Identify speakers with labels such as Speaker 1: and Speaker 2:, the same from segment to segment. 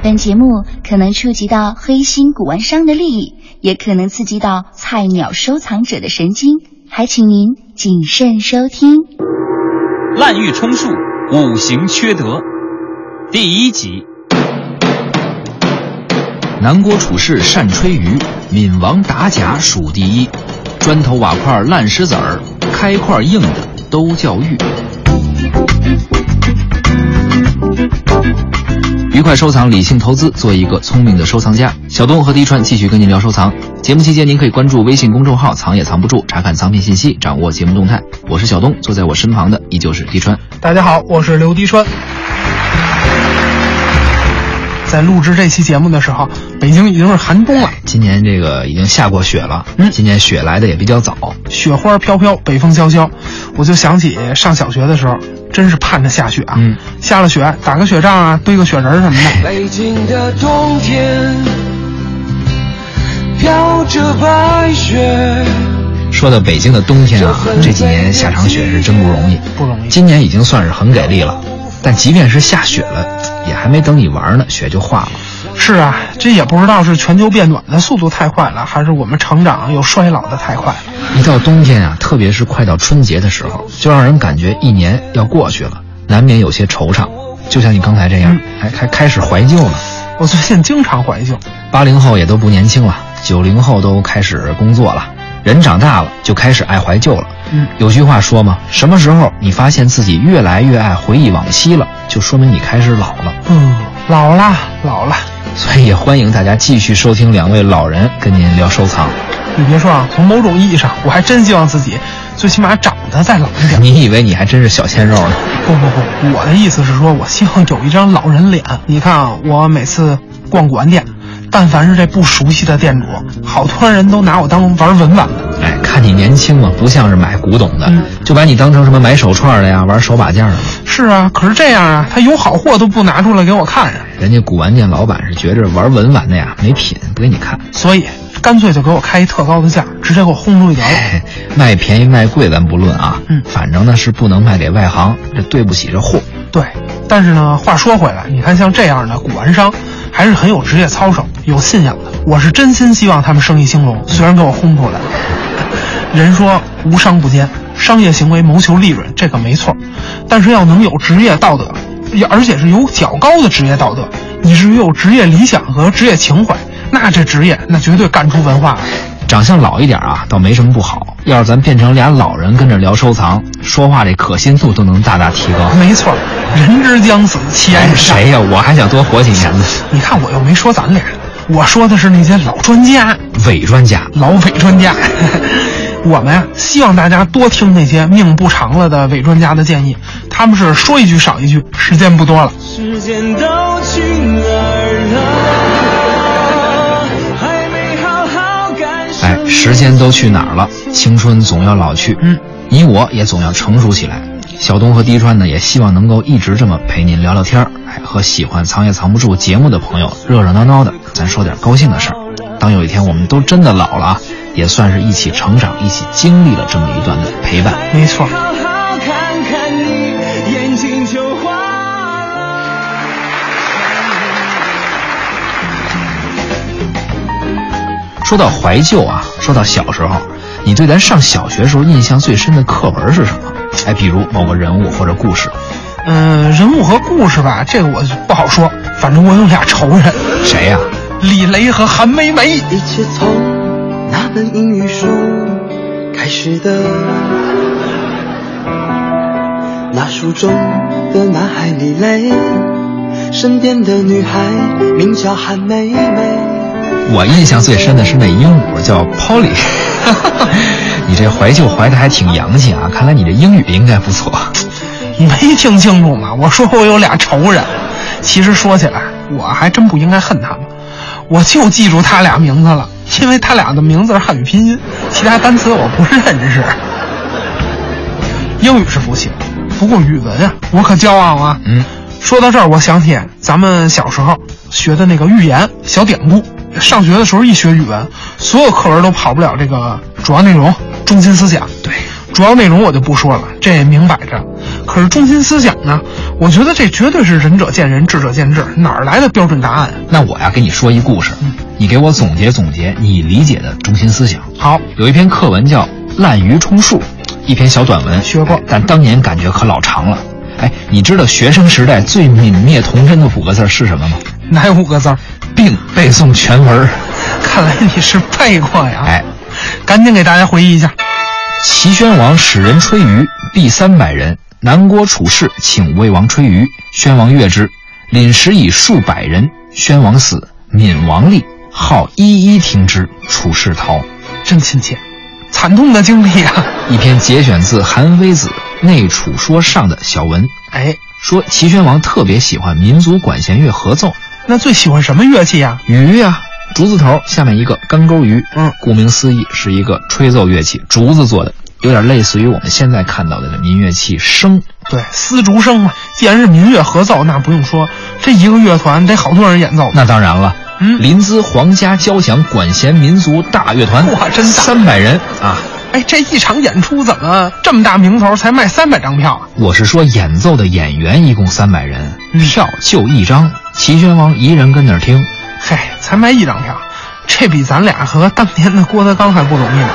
Speaker 1: 本节目可能触及到黑心古玩商的利益，也可能刺激到菜鸟收藏者的神经，还请您谨慎收听。
Speaker 2: 滥竽充数，五行缺德。第一集，
Speaker 3: 南郭楚士善吹竽，闽王打假数第一。砖头瓦块烂石子儿，开块硬的都叫玉。愉快收藏，理性投资，做一个聪明的收藏家。小东和滴川继续跟您聊收藏。节目期间，您可以关注微信公众号“藏也藏不住”，查看藏品信息，掌握节目动态。我是小东，坐在我身旁的依旧是滴川。
Speaker 4: 大家好，我是刘滴川。在录制这期节目的时候，北京已经是寒冬了，
Speaker 3: 今年这个已经下过雪了，
Speaker 4: 嗯
Speaker 3: 今年雪来的也比较早。
Speaker 4: 雪花飘飘，北风萧萧。我就想起上小学的时候，真是盼着下雪啊！
Speaker 3: 嗯
Speaker 4: 下了雪，打个雪仗啊，堆个雪人儿什么的。
Speaker 5: 北京的冬天，飘着白雪。
Speaker 3: 说到北京的冬天啊，这几年下场雪是真不容易，
Speaker 4: 不容易
Speaker 3: 今年已经算是很给力了，但即便是下雪了，也还没等你玩呢，雪就化了。
Speaker 4: 是啊，这也不知道是全球变暖的速度太快了，还是我们成长又衰老的太快了。
Speaker 3: 一到冬天啊，特别是快到春节的时候，就让人感觉一年要过去了，难免有些惆怅。就像你刚才这
Speaker 4: 嗯
Speaker 3: 样，还还开始怀旧呢。
Speaker 4: 我最近经常怀旧，
Speaker 3: 八零后也都不年轻了，九零后都开始工作了，人长大了就开始爱怀旧了。
Speaker 4: 嗯
Speaker 3: 有句话说嘛，什么时候你发现自己越来越爱回忆往昔了，就说明你开始老了。
Speaker 4: 嗯，老啦老啦。
Speaker 3: 所以也欢迎大家继续收听两位老人跟您聊收藏。
Speaker 4: 你别说啊，从某种意义上，我还真希望自己最起码长得再老一点。
Speaker 3: 你以为你还真是小鲜肉呢？
Speaker 4: 不不不， 我的意思是说，我希望有一张老人脸。你看啊，我每次逛古玩店，但凡是这不熟悉的店主，好多人都拿我当玩文玩的。
Speaker 3: 哎，看你年轻嘛，不像是买古董的，
Speaker 4: 嗯
Speaker 3: 就把你当成什么买手串的呀，玩手把件的。
Speaker 4: 是啊，可是这样啊，他有好货都不拿出来给我看呀、
Speaker 3: 人家古玩店老板是觉着玩文玩的呀没品，不给你看。
Speaker 4: 所以干脆就给我开一特高的价，直接给我轰出去得了。
Speaker 3: 哎，卖便宜卖贵咱不论啊，
Speaker 4: 嗯
Speaker 3: 反正呢是不能卖给外行，这对不起这货。
Speaker 4: 对，但是呢，话说回来，你看像这样的古玩商，还是很有职业操守、有信仰的。我是真心希望他们生意兴隆，虽然给我轰出来了。人说无商不奸，商业行为谋求利润，这个没错儿，但是要能有职业道德，也而且是有较高的职业道德，以至于有职业理想和职业情怀，那这职业那绝对干出文化来。
Speaker 3: 长相老一点啊，倒没什么不好。要是咱变成俩老人跟着聊收藏，说话这可信度都能大大提高。
Speaker 4: 没错儿，人之将死，其言
Speaker 3: 哎，
Speaker 4: 也善。
Speaker 3: 谁呀、我还想多活几年呢。
Speaker 4: 你看我又没说咱俩，我说的是那些老专家。
Speaker 3: 伪专家，
Speaker 4: 老伪专家。 我们呀，啊希望大家多听那些命不长了的伪专家的建议，他们是说一句少一句，时间不多了。
Speaker 5: 时间都去哪儿了？还没好好感受。
Speaker 3: 哎，时间都去哪儿了？青春总要老去，
Speaker 4: 嗯，
Speaker 3: 你我也总要成熟起来。小东和滴川呢，也希望能够一直这么陪您聊聊天儿，哎，和喜欢藏也藏不住节目的朋友热热闹闹的，咱说点高兴的事儿。当有一天我们都真的老了啊，也算是一起成长，一起经历了这么一段的陪伴。
Speaker 4: 没错
Speaker 5: 好好看看你，眼睛就花了。
Speaker 3: 说到怀旧啊，说到小时候，你对咱上小学时候印象最深的课文是什么？哎，比如某个人物或者故事，
Speaker 4: 嗯、人物和故事吧，这个我就不好说。反正我有俩仇人，
Speaker 3: 谁呀、
Speaker 4: 李雷和韩梅梅。
Speaker 5: 一切从那本英语书开始的，那书中的男孩李雷，身边的女孩名叫韩梅梅。
Speaker 3: 我印象最深的是那鹦鹉叫 Polly，你这怀旧怀的还挺洋气啊！看来你这英语应该不错。
Speaker 4: 你没听清楚吗？我说我有俩仇人。其实说起来，我还真不应该恨他们。我就记住他俩名字了，因为他俩的名字是汉语拼音，其他单词我不认识。英语是不行，不过语文啊，我可骄傲啊。
Speaker 3: 嗯，
Speaker 4: 说到这儿，我想起咱们小时候学的那个寓言、小典故。上学的时候一学语文，所有课文都跑不了这个主要内容、中心思想。对，主要内容我就不说了，这也明摆着。可是中心思想呢，我觉得这绝对是仁者见仁，智者见智，哪儿来的标准答案啊？
Speaker 3: 那我呀，给你说一故事，你给我总结总结你理解的中心思想。
Speaker 4: 好，
Speaker 3: 有一篇课文叫《滥竽充数》，一篇小短文，
Speaker 4: 学过
Speaker 3: 哎但当年感觉可老长了。哎，你知道学生时代最泯灭童真的五个字是什么吗？
Speaker 4: 哪五个字儿？
Speaker 3: 并背诵全文儿。
Speaker 4: 看来你是背过呀。
Speaker 3: 哎，
Speaker 4: 赶紧给大家回忆一下。
Speaker 3: 齐宣王使人吹竽，币三百人。南郭楚士请魏王吹竽，宣王悦之。廪实以数百人，宣王死，闵王立，号一一听之。楚士逃。
Speaker 4: 真亲切，惨痛的经历啊！
Speaker 3: 一篇节选自《韩非子内储说上》的小文，
Speaker 4: 哎，
Speaker 3: 说齐宣王特别喜欢民族管弦乐合奏，
Speaker 4: 那最喜欢什么乐器呀、
Speaker 3: 鱼呀、竹字头下面一个干钩鱼，
Speaker 4: 嗯
Speaker 3: 顾名思义是一个吹奏乐器，竹子做的，有点类似于我们现在看到的民乐器笙。
Speaker 4: 对，丝竹声嘛。既然是民乐合奏，那不用说，这一个乐团得好多人演奏呢。
Speaker 3: 那当然了，
Speaker 4: 嗯
Speaker 3: 临淄皇家交响管弦民族大乐团，
Speaker 4: 哇真大
Speaker 3: 三百人啊！
Speaker 4: 哎，这一场演出怎么这么大名头，才卖三百张票啊？
Speaker 3: 我是说演奏的演员一共三百人，
Speaker 4: 嗯
Speaker 3: 票就一张，齐宣王一人跟那儿听。
Speaker 4: 嘿，才卖一张票，这比咱俩和当年的郭德纲还不容易呢。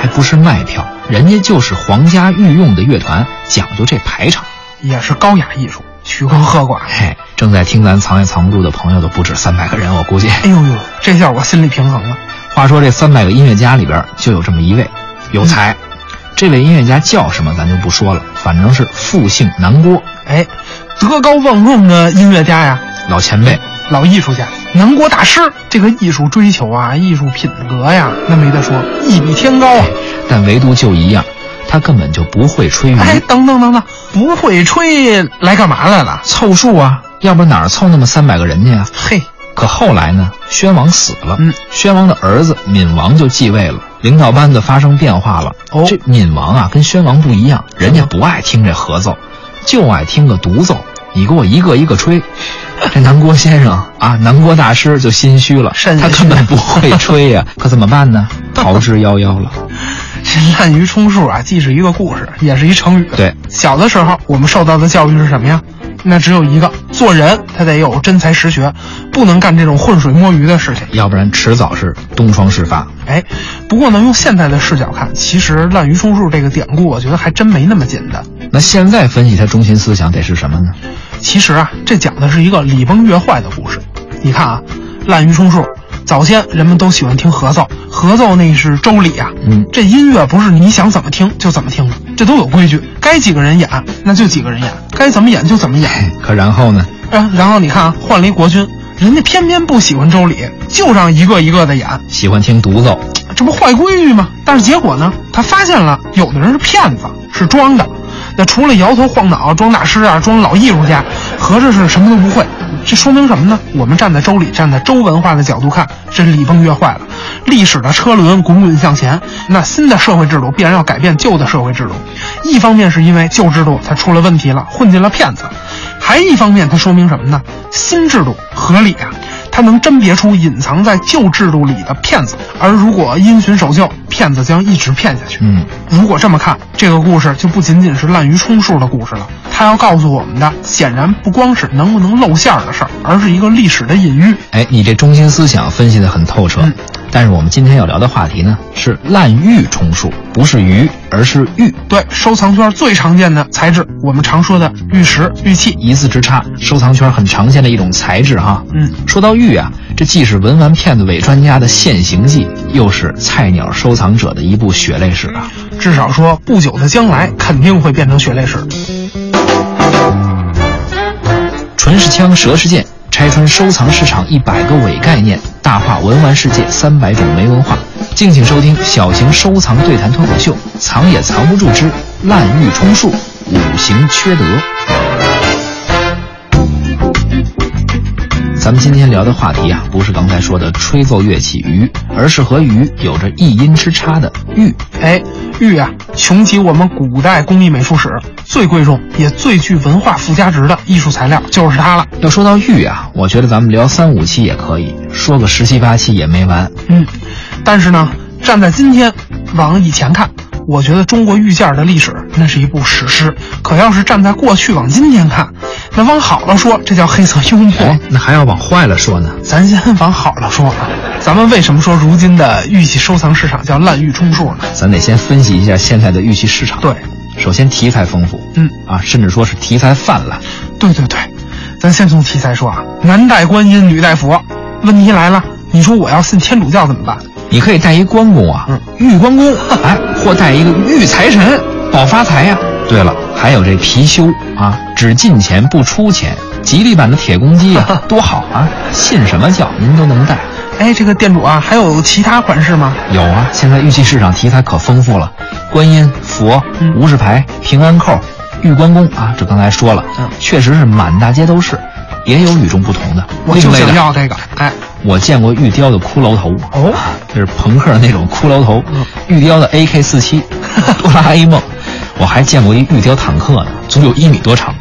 Speaker 3: 还不是卖票，人家就是皇家御用的乐团，讲究这排场。
Speaker 4: 也是高雅艺术，曲高和寡。
Speaker 3: 嘿，正在听咱藏也藏不住的朋友都不止三百个人，我估计。
Speaker 4: 哎呦呦，这下我心里平衡了。
Speaker 3: 话说这三百个音乐家里边就有这么一位有才，这位音乐家叫什么咱就不说了，反正是复姓南郭，
Speaker 4: 哎，德高望重的音乐家呀，
Speaker 3: 老前辈。
Speaker 4: 老艺术家，南国大师，这个艺术追求啊，艺术品格呀，那没得说，一比天高啊！
Speaker 3: 但唯独就一样，他根本就不会吹竽，
Speaker 4: 哎，等等等等，不会吹来干嘛来了？
Speaker 3: 凑数啊，要不然哪儿凑那么三百个人去啊？
Speaker 4: 嘿，
Speaker 3: 可后来呢，宣王死了，
Speaker 4: 嗯，
Speaker 3: 宣王的儿子闵王就继位了，领导班子发生变化了。
Speaker 4: 哦
Speaker 3: 这闵王啊，跟宣王不一样，人家不爱听这合奏，就爱听个独奏。你给我一个一个吹，这南郭先生啊，南郭大师就心虚了
Speaker 4: 肾，虚
Speaker 3: 他根本不会吹呀、可怎么办呢？逃之夭夭了。
Speaker 4: 这滥竽充数啊，既是一个故事，也是一成语。
Speaker 3: 对，
Speaker 4: 小的时候我们受到的教育是什么呀？那只有一个，做人他得有真才实学，不能干这种浑水摸鱼的事情。
Speaker 3: 要不然迟早是东窗事发。
Speaker 4: 哎，不过呢，用现在的视角看，其实滥竽充数这个典故，我觉得还真没那么简单。
Speaker 3: 那现在分析他中心思想得是什么呢？
Speaker 4: 其实啊，这讲的是一个礼崩乐坏的故事。你看啊，滥竽充数，早先人们都喜欢听合奏，合奏那是周礼啊。
Speaker 3: 嗯
Speaker 4: 这音乐不是你想怎么听就怎么听的，这都有规矩，该几个人演啊那就几个人演，该怎么演就怎么演。
Speaker 3: 哎可然后呢？
Speaker 4: 啊，然后你看啊，换了一国君，人家偏偏不喜欢周礼，就让一个一个的演，
Speaker 3: 喜欢听独奏，
Speaker 4: 这不坏规矩吗？但是结果呢，他发现了有的人是骗子，是装的。那除了摇头晃脑、装大师啊、装老艺术家，合着是什么都不会。这说明什么呢？我们站在周礼、站在周文化的角度看，这礼崩乐坏了，历史的车轮滚滚向前。那新的社会制度必然要改变旧的社会制度，一方面是因为旧制度它出了问题了，混进了骗子；还一方面，它说明什么呢？新制度合理啊，它能甄别出隐藏在旧制度里的骗子，而如果因循守旧，骗子将一直骗下去。
Speaker 3: 嗯，
Speaker 4: 如果这么看，这个故事就不仅仅是滥竽充数的故事了，它要告诉我们的，显然不光是能不能露馅儿的事儿，而是一个历史的隐喻。
Speaker 3: 哎，你这中心思想分析得很透彻，
Speaker 4: 嗯
Speaker 3: 但是我们今天要聊的话题呢是滥竽充数，不是鱼，而是玉，
Speaker 4: 嗯对，收藏圈最常见的材质，我们常说的玉石、玉器。
Speaker 3: 一字之差，收藏圈很常见的一种材质哈。
Speaker 4: 嗯，
Speaker 3: 说到玉啊，这既是文玩骗子伪专家的现形记，又是菜鸟收藏者的一部血泪史啊。
Speaker 4: 至少说不久的将来肯定会变成血泪史。
Speaker 3: 唇是枪，舌是剑，拆穿收藏市场一百个伪概念，大话文玩世界三百种没文化。敬请收听小型收藏对谈脱口秀，《藏也藏不住之滥竽充数，五行缺德》。咱们今天聊的话题啊，不是刚才说的吹奏乐器鱼，而是和鱼有着一音之差的玉。
Speaker 4: 哎，玉啊，穷极我们古代工艺美术史最贵重也最具文化附加值的艺术材料就是它了。
Speaker 3: 要说到玉啊，我觉得咱们聊三五期也可以，说个十七八期也没完。
Speaker 4: 嗯，但是呢，站在今天往以前看，我觉得中国玉件的历史那是一部史诗。可要是站在过去往今天看，那往好了说，这叫黑色幽默。
Speaker 3: 哎，那还要往坏了说呢。
Speaker 4: 咱先往好了说啊，咱们为什么说如今的玉器收藏市场叫滥竽充数呢？
Speaker 3: 咱得先分析一下现在的玉器市场。
Speaker 4: 对，
Speaker 3: 首先题材丰富，
Speaker 4: 嗯
Speaker 3: 啊，甚至说是题材泛滥。
Speaker 4: 对对对，咱先从题材说啊，男戴观音，女戴佛。问题来了，你说我要信天主教怎么办？
Speaker 3: 你可以带一关公啊，
Speaker 4: 嗯
Speaker 3: 玉关公，哎，或带一个玉财神，保发财呀、对了，还有这貔貅啊，只进钱不出钱，吉利版的铁公鸡 啊，多好啊！信什么教您都能带。
Speaker 4: 哎，这个店主啊，还有其他款式吗？
Speaker 3: 有啊，现在玉器市场题材可丰富了，观音、佛、
Speaker 4: 嗯
Speaker 3: 无事牌、平安扣、玉关公啊，这刚才说了，
Speaker 4: 嗯
Speaker 3: 确实是满大街都是，也有与众不同的，
Speaker 4: 我
Speaker 3: 另
Speaker 4: 就
Speaker 3: 类
Speaker 4: 想
Speaker 3: 的。
Speaker 4: 要这个。哎，
Speaker 3: 我见过玉雕的骷髅头，
Speaker 4: 哦，嗯
Speaker 3: 就是朋克那种骷髅头，玉雕的 AK 四 七，哆啦 A 梦，我还见过一玉雕坦克呢，足有一米多长，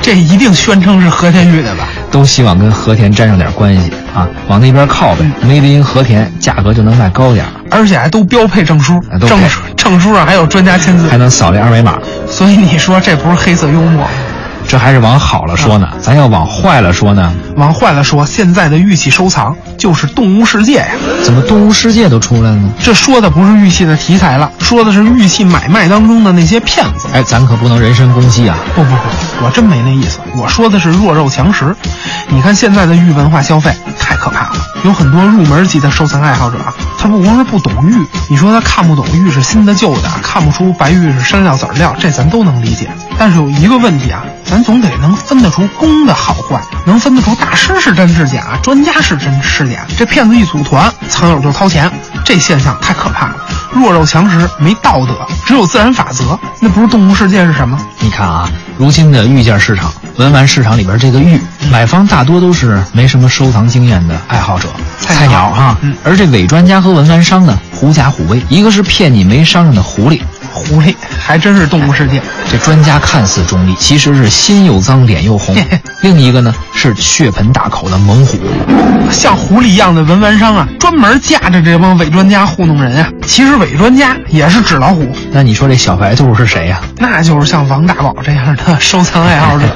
Speaker 4: 这一定宣称是和田玉的吧？
Speaker 3: 都希望跟和田沾上点关系啊，往那边靠呗，Made
Speaker 4: 嗯
Speaker 3: in 和田，价格就能卖高点儿，
Speaker 4: 而且还都标配证书
Speaker 3: 啊，都配
Speaker 4: 证书证书上还有专家签字
Speaker 3: 还，能扫这二维码。
Speaker 4: 所以你说这不是黑色幽默吗？
Speaker 3: 这还是往好了说
Speaker 4: 嗯
Speaker 3: 呢，咱要往坏了说呢，
Speaker 4: 往坏了说，现在的玉器收藏就是动物世界呀。
Speaker 3: 怎么动物世界都出来了呢？
Speaker 4: 这说的不是玉器的题材了，说的是玉器买卖当中的那些骗子。
Speaker 3: 哎，咱可不能人身攻击啊！
Speaker 4: 不不不，我真没那意思，我说的是弱肉强食。你看现在的玉文化消费太可怕了，有很多入门级的收藏爱好者啊，他不光是不懂玉，你说他看不懂玉是新的旧的，看不出白玉是山料籽儿料，这咱都能理解。但是有一个问题啊，咱总得能分得出公的好坏，能分得出大师是真是假，专家是真是假。这骗子一组团，藏友就掏钱，这现象太可怕了。弱肉强食，没道德，只有自然法则，那不是动物世界是什么？
Speaker 3: 你看啊，如今的玉件市场、文玩市场里边，这个玉买方大多都是没什么收藏经验的爱好者、
Speaker 4: 菜
Speaker 3: 菜
Speaker 4: 鸟
Speaker 3: 鸟啊。
Speaker 4: 嗯
Speaker 3: 而这伪专家和文玩商呢，狐假虎威，一个是骗你没商量的狐狸。
Speaker 4: 狐狸还真是动物世界。
Speaker 3: 这专家看似中立，其实是心又脏脸又 红；另一个呢是血盆大口的猛虎。
Speaker 4: 像狐狸一样的文玩商啊，专门架着这帮伪专家糊弄人啊。其实伪专家也是纸老虎，
Speaker 3: 那你说这小白兔是谁呀、
Speaker 4: 那就是像王大宝这样的收藏爱好者，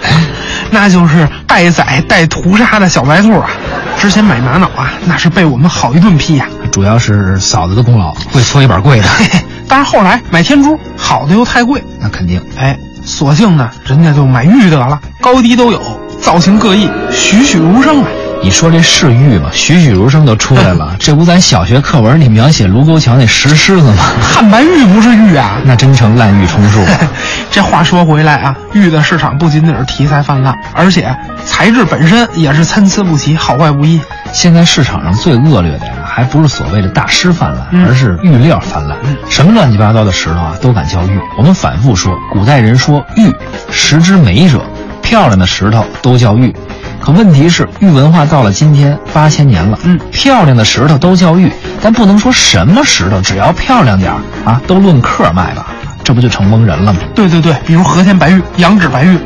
Speaker 4: 那就是待宰待屠杀的小白兔啊。之前买玛瑙啊，那是被我们好一顿批呀、
Speaker 3: 主要是嫂子的功劳，会搓衣板柜的，
Speaker 4: 嘿嘿，但是后来买天珠，好的又太贵，
Speaker 3: 那肯定。
Speaker 4: 哎，索性呢，人家就买玉得了，高低都有，造型各异，栩栩如生啊。
Speaker 3: 你说这是玉吗？栩栩如生都出来了，这不咱小学课文里描写卢沟桥那石狮子吗？
Speaker 4: 汉白玉不是玉啊，
Speaker 3: 那真成滥竽充数了。
Speaker 4: 这话说回来啊，玉的市场不仅仅是题材泛滥，而且材质本身也是参差不齐，好坏不一。
Speaker 3: 现在市场上最恶劣的呀，还不是所谓的大师泛滥，
Speaker 4: 嗯
Speaker 3: 而是玉料泛滥。什么乱七八糟的石头啊，都敢叫玉。我们反复说，古代人说玉，石之美者，漂亮的石头都叫玉。可问题是，玉文化到了今天八千年了，
Speaker 4: 嗯
Speaker 3: 漂亮的石头都叫玉，但不能说什么石头只要漂亮点儿啊，都论克卖吧，这不就成蒙人了吗？
Speaker 4: 对对对，比如和田白玉、羊脂白玉，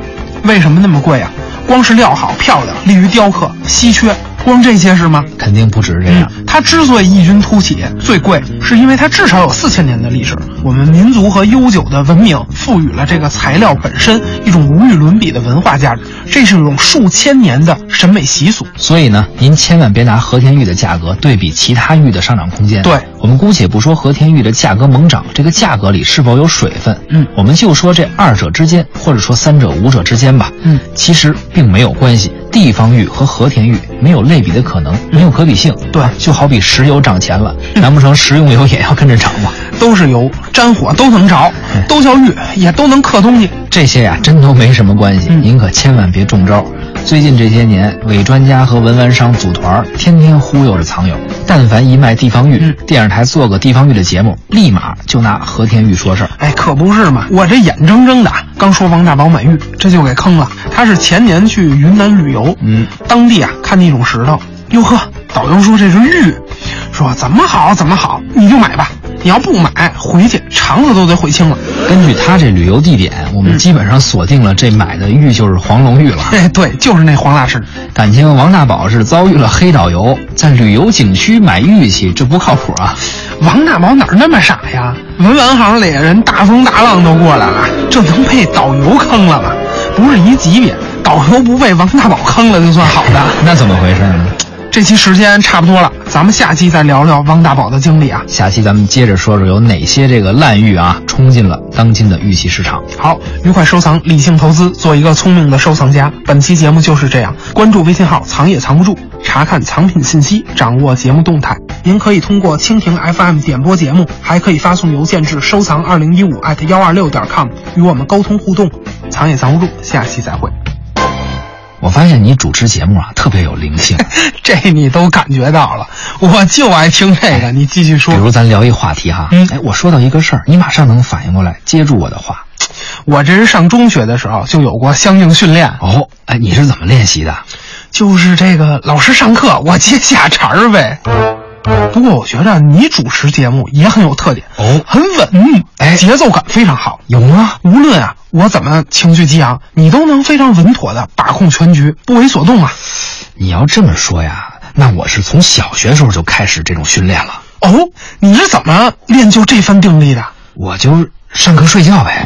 Speaker 4: 为什么那么贵啊？光是料好、漂亮，利于雕刻，稀缺，光这些是吗？嗯
Speaker 3: 肯定不止这样。
Speaker 4: 它之所以异军突起、最贵，是因为它至少有四千年的历史。我们民族和悠久的文明赋予了这个材料本身一种无与伦比的文化价值，这是一种数千年的审美习俗。
Speaker 3: 所以呢，您千万别拿和田玉的价格对比其他玉的上涨空间。
Speaker 4: 对
Speaker 3: 我们姑且不说和田玉的价格猛涨，这个价格里是否有水分，
Speaker 4: 嗯
Speaker 3: 我们就说这二者之间，或者说三者、五者之间吧，
Speaker 4: 嗯
Speaker 3: 其实并没有关系。地方玉和和田玉没有类比的可能，没有可比性。
Speaker 4: 嗯对
Speaker 3: 就好比石油涨钱了，难不成食用油也要跟着涨吗？
Speaker 4: 都是油，沾火都能着，都叫玉，也都能刻东西。
Speaker 3: 这些呀、真都没什么关系，
Speaker 4: 嗯
Speaker 3: 您可千万别中招。最近这些年，伪专家和文玩商组团儿天天忽悠着藏友，但凡一卖地方玉，
Speaker 4: 嗯
Speaker 3: 电视台做个地方玉的节目，立马就拿和田玉说事儿。
Speaker 4: 哎，可不是嘛！我这眼睁睁的啊刚说王大宝买玉，这就给坑了。他是前年去云南旅游，
Speaker 3: 嗯，
Speaker 4: 当地啊看见一种石头，哟呵，导游说这是玉，说怎么好怎么好，你就买吧。你要不买，回去肠子都得悔青了。
Speaker 3: 根据他这旅游地点，我
Speaker 4: 嗯
Speaker 3: 们基本上锁定了这买的玉就是黄龙 玉了。
Speaker 4: 哎，对，就是那黄大师。
Speaker 3: 感情王大宝是遭遇了黑导游，在旅游景区买玉器，这不靠谱啊！
Speaker 4: 王大宝哪儿那么傻呀？文玩行里人大风大浪都过来了，这能被导游坑了吗？不是一级别，导游不被王大宝坑了就算好的。
Speaker 3: 那怎么回事呢？
Speaker 4: 这期时间差不多了，咱们下期再聊聊汪大宝的经历啊。
Speaker 3: 下期咱们接着说说有哪些这个烂玉啊，冲进了当今的玉器市场。
Speaker 4: 好，愉快收藏，理性投资，做一个聪明的收藏家。本期节目就是这样，关注微信号“藏也藏不住”，查看藏品信息，掌握节目动态。您可以通过蜻蜓 FM 点播节目，还可以发送邮件至收藏二零一五艾特幺二六点 com 与我们沟通互动。藏也藏不住，下期再会。
Speaker 3: 我发现你主持节目啊，特别有灵 性。
Speaker 4: 这你都感觉到了，我就爱听这个。你继续
Speaker 3: 比
Speaker 4: 说，
Speaker 3: 如咱聊一话题哈，
Speaker 4: 嗯
Speaker 3: 哎，我说到一个事儿，你马上能反应过来，接住我的话。
Speaker 4: 我这是上中学的时候就有过相应训练。
Speaker 3: 哦，哎，你是怎么练习的？
Speaker 4: 就是这个老师上课， 我接下茬儿呗。不过我觉得你主持节目也很有特点
Speaker 3: 哦
Speaker 4: 很稳，哎，节奏感非常好。
Speaker 3: 有吗？
Speaker 4: 无论啊我怎么情绪激昂，你都能非常稳妥的把控全局，不为所动啊。
Speaker 3: 你要这么说呀，那我是从小学时候就开始这种训练了，
Speaker 4: 哦，你是怎么练就这番定力的？
Speaker 3: 我就上课睡觉呗。